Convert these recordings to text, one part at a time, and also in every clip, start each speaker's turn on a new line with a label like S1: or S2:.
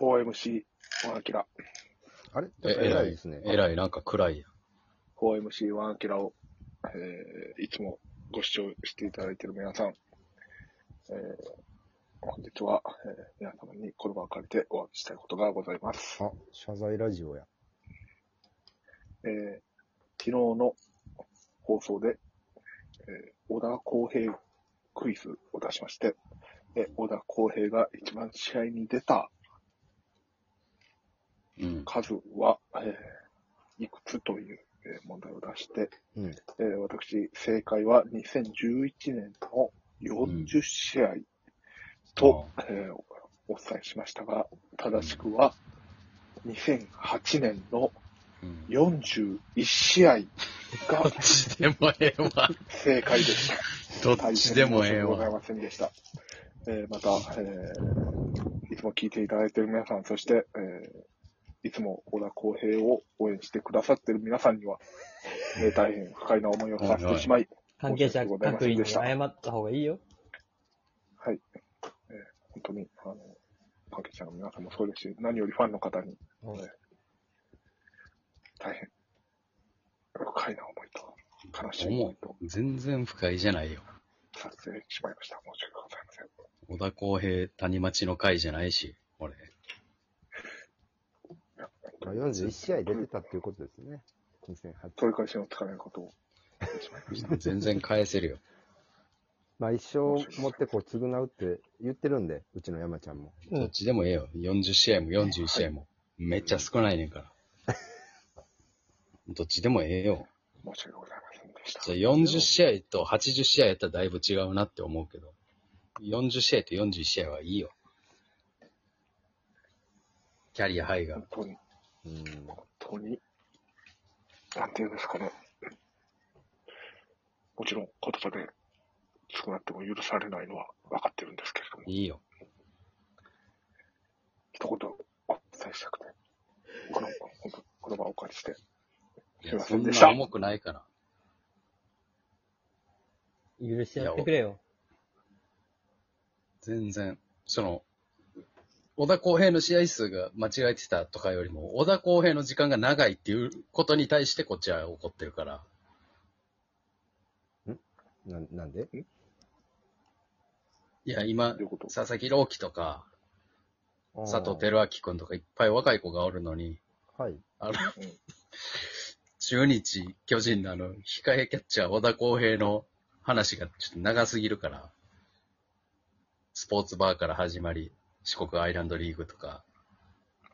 S1: 4MC、ワンアキラ。
S2: あれ
S3: え
S2: やっぱ偉いですね。
S3: えらい、なんか暗いやん。
S1: 4MC、ワンアキラを、えー、いつもご視聴していただいている皆さん、えー、本日は、えー、皆様にこの場を借りてお詫びしたいことがございます。
S2: あ、謝罪ラジオや。
S1: えー、昨日の放送で、えー、小田康平クイズを出しまして、で小田康平が一番試合に出た
S3: うん。
S1: 数は、えーいくつという、えー問題を出して、
S2: うん。
S1: えー私、正解は2011年の40試合と、えーお伝えしましたが、正しくは2008年の
S3: うん。
S1: 41試合が
S3: どっちでもええわ。
S1: 正解でした。
S3: どっちでもええ
S1: 大変申し訳ござい
S3: わ。
S1: ませんでした。えーまた、えーいつも聞いていただいている皆さん、そして、えーいつも小田康平を応援してくださっている皆さんには、えー大変不快な思いをさせてしまい、
S4: 関係者各位に謝った方がいいよ。
S1: はい。えー本当に、あの、関係者の皆さんもそうですし、何よりファンの方に、
S4: うん
S1: えー大変、不快な思いと、悲しい思いと
S3: 全然不快じゃないよ。
S1: させてしまいました。申し訳ございません。
S3: 小田康平、谷町の会じゃないし、俺。
S2: まあ41試合出てたっていうことですね。2008。
S1: 取り返しのつかないことを。
S3: 全然返せるよ。
S2: まあ一生持ってこう償うって言ってるんで、うちの山ちゃんも。
S4: う
S3: どっ
S4: ん。
S3: ちでもええよ。40試合も41試合も。めっちゃ少ないねんから。どっちでもええよ。
S1: 申し訳ございませんでした。
S3: じゃあ40試合と80試合やったらだいぶ違うなって思うけど。40試合と41試合はいいよ。キャリアハイが
S1: 本。当に、
S2: うん。
S1: 本当に、なんていうんですかね。もちろん言葉で少なくても許されないのは分かってるんですけれども、
S3: いいよ。
S1: 一言お伝えしたくて、この、本当この場をお借りして、
S3: い
S1: すい
S3: や、
S1: ま
S3: そ
S1: せん
S3: ん
S1: でした
S3: な重くないから。
S4: 許してやってくれよ。
S3: 全然。その、小田康平の試合数が間違えてたとかよりも、小田康平の時間が長いっていうことに対してこっちは怒ってるから。
S2: ななんで
S3: いや、今
S1: とい、うことを
S3: 佐々木朗希とか、佐藤
S2: 輝。
S3: 輝明君とかいっぱい若い子がおるのに、
S2: はい。
S3: あの、中日巨人のあの、控えキャッチャー小田康平の話がちょっと長すぎるから、スポーツバーから始まり、四国アイランドリーグとか、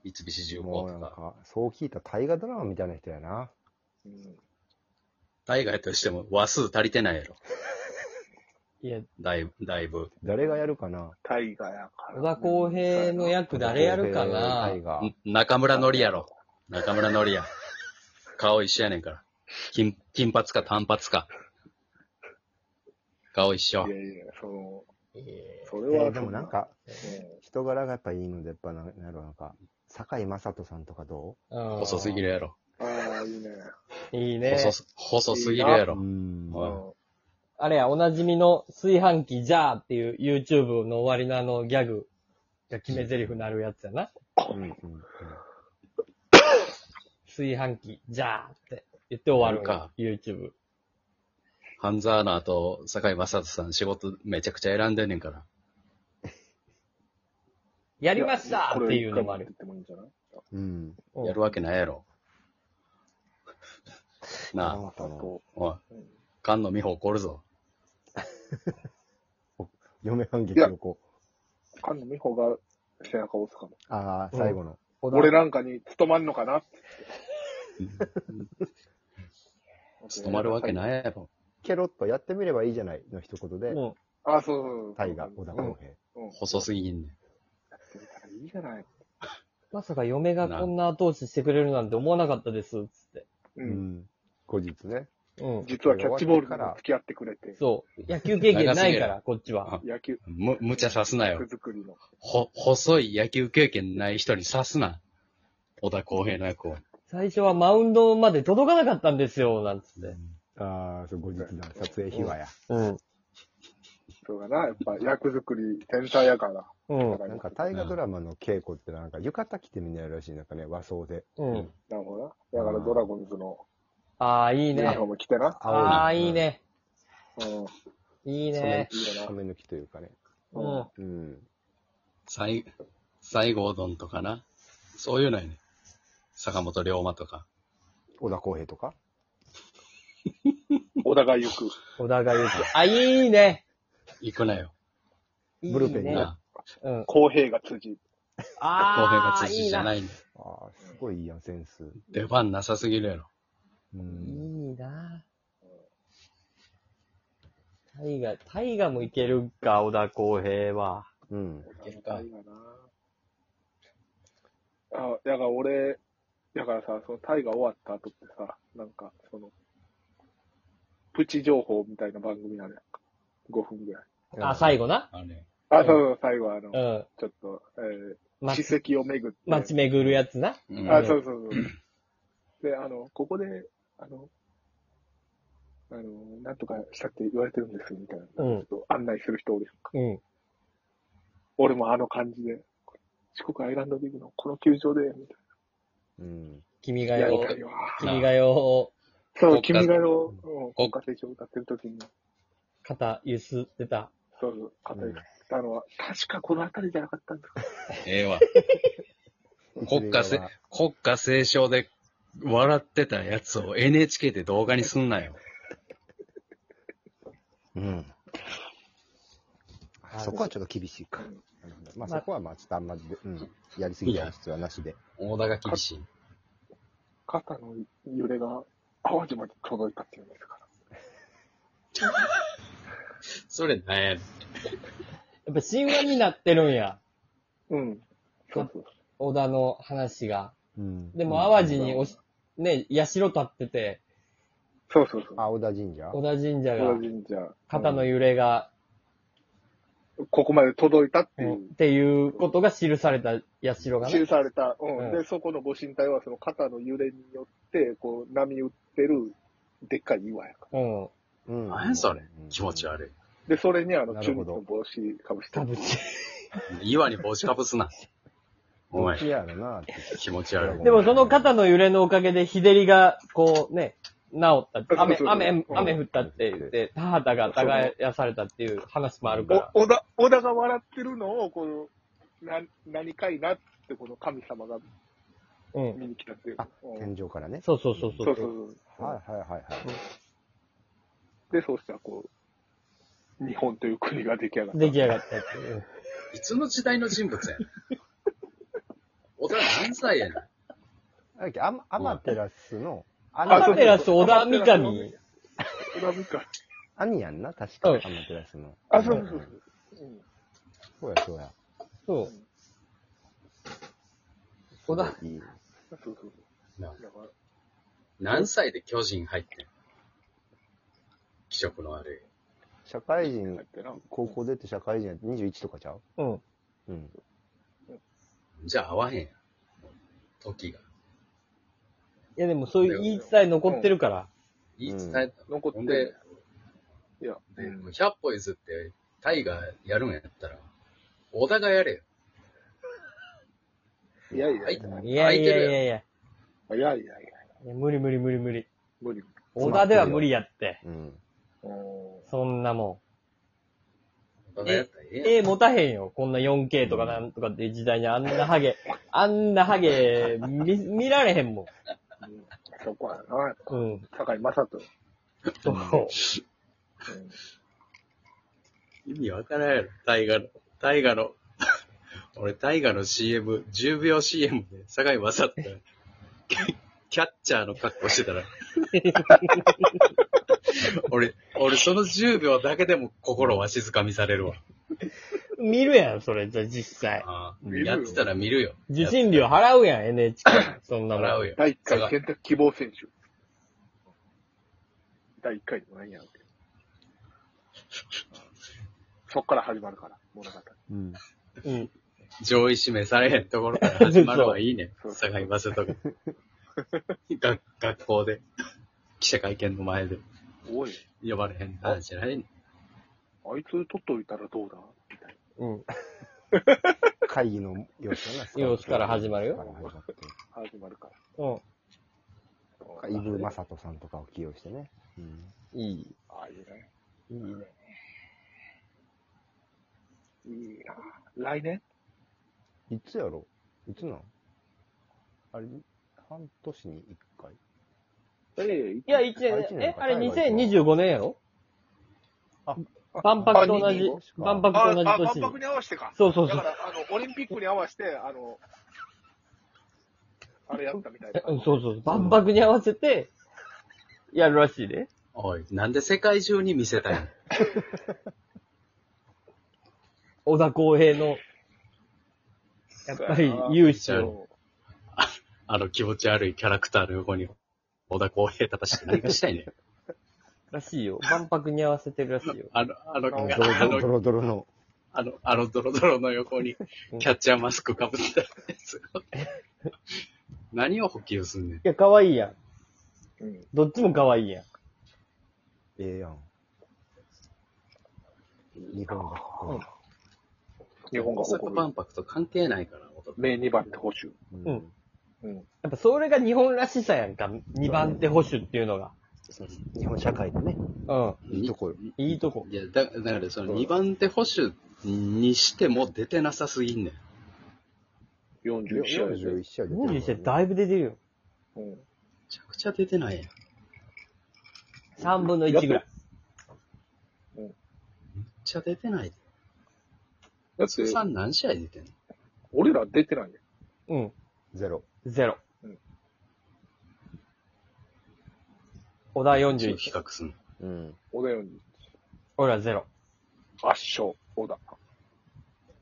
S3: 三菱重
S2: も
S3: 工
S2: うな
S3: と
S2: ん
S3: か、
S2: か、そう聞いた大河ドラマみたいな人やな。
S1: うん
S3: 大外としても話数足りてないやろ。
S4: いや、
S3: だいぶ、だいぶ。
S2: 誰がやるかな
S1: タイガーやから、
S4: 小田康平の役誰やるかな
S2: 大河。
S3: ん中村のりやろ。中村のりや。顔一緒やねんから。金、金髪か短髪か。顔一緒
S1: い。やいや、その、
S4: え
S1: そ
S2: え
S1: れは、
S2: ーでもなんか、
S1: その、うん
S2: 人柄がやっぱいいので、やっぱな、なんやろなんか、堺井雅人さんとかど
S4: ーうん
S3: 細すぎるやろ。
S1: ああ、いいね。
S4: いいね。
S3: 細す、細すぎるや
S2: うう
S3: ろ。
S2: ん。
S3: は
S1: うん
S4: あれや、おなじみの炊飯器じゃーっていう YouTube の終わりのあのギャグが決め台詞になるやつやな。
S2: うんうんうん
S4: 炊飯器じゃーって言って終わる
S3: なんか
S4: か。YouTube。
S3: ハンザーナーと坂井正人さん仕事めちゃくちゃ選んでんねんから。
S4: やりましたーっていうのもある
S1: これ一回言っ。てもいいんじゃない
S2: うん。
S4: うん
S3: やるわけないやろ。なあ、
S2: なんかあの、
S1: と、
S3: おい
S1: うん、
S3: 菅野美穂怒るぞ。
S2: 嫁反撃をこ
S1: 菅野美穂が背中を押すかも。
S2: う。ああ、最後の。
S4: 小田
S1: 俺なんかに務まんのかな。
S3: 止まるわけないいやろ。
S2: ケロッとやってみればいいじゃないの一言で、
S4: うん。
S1: あ、そうそうそう。
S2: タイガ、小田康平。
S1: うん。
S3: 細すぎんねん。
S1: いいじゃない。
S4: まさか嫁がこんな後押ししてくれるなんて思わなかったです、つって。
S1: う。
S2: うんん。後日ね。
S4: うん。
S1: 実はキャッチボールから付き合ってくれて、
S4: そう。野球経験ないから、こっちは。
S1: 野球、
S3: む、無茶さすなよ
S1: 役。作りの。
S3: ほ、細い野球経験ない人にさすな。小田康平の役を。
S4: 最初はマウンドまで届かなかったんですよ、なんつって。
S2: ああ、そう、後日だ。撮影秘話や。
S4: うん。
S1: そうだな、やっぱ役作り、天才やから。
S4: うん。う
S2: なんか大河ドラマの稽古ってなんか浴衣着てみんなやるらしい、なんかね、和装で。
S4: ん。
S1: なるほどな。だからドラゴンズの
S4: ああ、いい
S1: ユニ
S4: ね
S1: フォ。ーム着てな。
S2: 青
S4: ああ、いい。ね。
S1: うん。い
S4: いい
S2: 染
S4: ね。
S1: いよな。
S2: め抜きというかね。
S4: うん。
S2: うん。
S3: 西、西郷どんとかな。そういうのやね。坂本龍馬とか。
S2: 小田康平とか
S1: 小田が行く。
S4: 小田が言うと。あ、いいね。
S3: 行くなよ。
S4: いいね。
S2: ブルペンに
S3: な
S4: うん。
S1: 公平が辻。
S3: 公平が
S4: ああ、い
S3: 辻
S4: い
S3: じゃ
S4: な。
S3: ないいんだ。
S2: ああ、すごいいいやん、センス。
S3: 出番なさすぎるやろ。
S2: う
S4: い
S2: ん。
S4: な。タイガ、タイガもいけるか、小田公平は。
S2: うん。
S3: いけるか
S1: いいな。あ、だから俺、だからさ、そのタイが終わった後ってさ、なんか、その、プチ情報みたいな番組あるやんか。5分ぐらい。
S4: あ、最後な。
S3: あれ。
S1: あ、そうそう、最後あの、
S4: う
S1: ち
S4: ん。
S1: ょっと、え
S4: ま
S1: ー、、史跡を巡って。
S4: 街巡るやつな。
S3: うん
S1: あ、そうそうそう。 で、あの、ここで、あの、あの、なんとかしたって言われてるんですよ、みたいな。
S4: うん
S1: ちょっと案内する人おるやんか。
S4: うん。
S1: 俺もあの感じで、四国アイランドリーグのこの球場で、みた
S2: うん。
S4: 君が
S1: いな。や
S4: 代
S1: り
S4: を
S1: た、いわ。
S4: 君が代を
S1: そう、
S3: 国家
S1: 君が代のうん国歌斉唱を歌ってる時に、
S4: 肩揺すってた。
S1: そうそう、語りたのは、確かこの辺りじゃなかったんですか。
S3: ええわ。国家せ
S2: 一塁側、
S3: 国家斉唱で笑ってたやつを NHK で動画にすんなよ。
S2: うん。
S4: はい
S2: そこはちょっと厳しいか。なるほどまあそこはまあちょっとあんまり、うん、やりすぎる必要はなしで。
S3: 大田が厳しい。
S1: 肩の揺れが淡路まで届いたっていうんですから。
S3: それなんやねん
S4: やっぱ神話になってるんや。
S1: うん。そうそう。
S4: 小田の話が。
S2: うん
S4: でも、淡路におし、ね、社立ってて、
S1: そうそうそう。
S2: 青田神社
S4: 小田神社
S1: 小田、
S4: が
S1: 神社、
S4: 肩の揺れが、
S1: ここまで届いたっていう。
S4: っていうことが記された社が
S1: 記
S4: ね。
S1: された、うん
S4: うん
S1: で、そこのご神体は、その肩の揺れによって、こう、波打ってる、でっかい岩やから。
S4: うん。
S2: うん
S3: 何やそれ。気持ち
S2: い。
S3: 悪
S1: で、それに、あの、
S2: な
S1: 中
S2: る
S1: 日
S2: ほど
S1: の帽子かぶして
S4: 多
S1: る。
S4: 分、
S3: い。岩に帽子かぶすな。お
S2: どっ
S3: 前
S2: ち、やろなって。
S3: 気持ち悪い。
S4: でもその肩の揺れのおかげで、日照りが、こうね、治ったって。雨
S1: そ、うそうそう
S4: 雨、
S1: うん
S4: 雨降ったって言って、田畑が耕されたっていう話もあるから。
S1: お、小田、小田が笑ってるのを、この、な、何かいなって、この神様が
S4: うん。
S1: 見に来たっていう。
S2: あ
S1: う、ん
S2: 天井からね。
S4: そうそうそう
S1: そ
S4: そうう。
S1: そうそう。
S2: はいはいはいはい。
S1: で、そうしたら、こう、日本という国が出来上がった。
S4: 出来上がったっていう。
S3: いつの時代の人物やねん。小田何歳やねん。
S2: なんだっけ、アマアマテラスの、
S1: あ
S2: ア
S4: ア
S1: そう
S4: マ
S2: ニ
S4: テラス小田三上。
S1: 小田か。
S2: アニやんな確か、
S4: う
S2: ア
S4: ん
S2: マテラスの。
S1: あ、そうそうそうそう。うん
S2: そうやそうや。
S4: そう。小田
S2: いい。
S1: そうそうそう。だから
S3: 何歳で巨人入ってん気色の悪い。
S2: 社会
S1: だっ、
S2: 人
S1: けな
S2: 高校出て社会人やって21とかちゃう
S4: うん。
S2: うん。
S3: じゃあ合わへんやん。時が。
S4: いやでもそういう言い伝え残ってるから。
S3: 言い伝えた。
S1: 残って
S3: ほんで、
S1: いや、
S3: で、もう100歩譲って、タイがやるんやったら、小田がやれよ。
S1: いやいや
S3: はいい
S1: や、
S4: いやいやいやいや。
S1: いやいやいや、
S4: いや無理無理無理無理。
S1: 無理。
S4: 小田では無理やって。
S2: うん。
S1: うん
S4: そんなも
S3: 小田がやったらええや
S4: ん。
S3: ん
S4: 絵持たへんよ。こんな 4K とかなんとかっていう時代にあんなハゲ、あんなハゲ見、見られへんも
S1: うんそこはな、
S4: ん。うん。
S1: 坂井正人。
S4: そう。
S1: うん
S3: 意味わからんやろ。タイガの、タイガの、 俺タイガの CM、10秒 CM で、坂井正人が、キャキャッチャーの格好してたら、 俺、俺その10秒だけでも心は静かみされるわ。
S4: 見るやん、それ、じゃあ実際。
S3: あ
S1: 見るよ
S3: やってたら見るよ。
S4: 受信料払うやん、NHK。そんなもん。
S3: 払うよ。
S1: 第1回
S3: 坂
S1: 選択希望選手。第1回でもないやろうけど。そっから始まるから、物語。
S2: うん。
S4: うん。
S3: 上位指名されへんところから始まるはいいね
S1: そ。う
S3: 坂井正 人が。学学校で、記者会見の前で
S1: おい、
S3: 呼ばれへん話じゃないね。
S1: あいいつ取っといたらどうだみたい
S4: うん。
S2: 会議の様子かな。
S4: 様子から始まるよ
S2: から始まって
S1: な。始まるから。
S4: うん。
S2: イブ・マサトさんとかを起用してね。うん。
S4: いい。
S1: ああ、いいね。
S4: いいね。
S1: いいな。来年
S2: いつやろいつなんあれ、半年に一回
S1: ええ
S4: いや、一
S2: あ
S4: 年
S2: 一、年
S4: え、
S2: か
S4: あれ
S2: 海外行
S4: 2025年やろ
S2: あ
S4: 万博と同
S2: あ
S4: じ
S2: 二十、五
S4: 万博
S1: あ、
S4: と
S1: あ、
S4: 同
S1: 万
S4: じ
S1: 博
S4: 年。
S1: に合わせてか。
S4: そうそう
S1: だ
S4: そ
S1: か
S4: う。
S1: ら、あの、オリンピックに合わせて、あの、あれやったみたいな。
S4: うんそうそう。万博に合わせて、やるらしいで。
S3: おい、なんで世界中に見せたいの
S4: 小田公平の、やっぱり勇姿を。
S3: あの気持ち悪いキャラクターの横に、小田公平立たして何がしたいね ん。
S4: らし いよ。万博に合わせてるらしいよ。
S3: あの、あ
S1: ド
S3: の、
S2: ド
S1: ロ
S3: あ
S2: ロドロ
S3: の、
S2: ドロドロの。
S3: あの、あのドロドロの横に、キャッチャーマスクかぶってたや つ。何を補給すんねん。
S4: いや、可愛いやん。
S1: うん。
S4: どっちも可愛いやん。
S2: ええやん。日本が誇る。
S1: 日本が
S3: 大阪
S1: 誇る
S3: 万。博と関係ないから、小田
S1: 名2番手補修。
S2: うん
S4: うん
S1: うん。
S4: やっぱそれが日本らしさやんか。2番手保守っていうのが。
S2: そうです日本社会のね、
S4: うん。
S2: いいとこよ。
S4: いいとこ。
S3: いや、だだからその2番手保守にしても出てなさすぎんねん。
S1: 41試合で。
S2: 41試合出てるからね
S4: 41試合だいぶ出てるよ。
S1: うん。
S3: めちゃくちゃ出てないやん。
S4: 3分の1ぐらい。
S3: めっちゃ出てないで。
S1: だって
S3: 通、算何試合出てんの
S1: 俺ら出てないよ。
S4: うん。
S2: ゼロ。
S4: ゼロ
S1: うん。
S4: 小田
S3: どっちを
S4: 41。
S3: 比較すんの
S2: うん。
S1: 小田より
S4: 俺らゼロ。
S1: 圧勝、小田。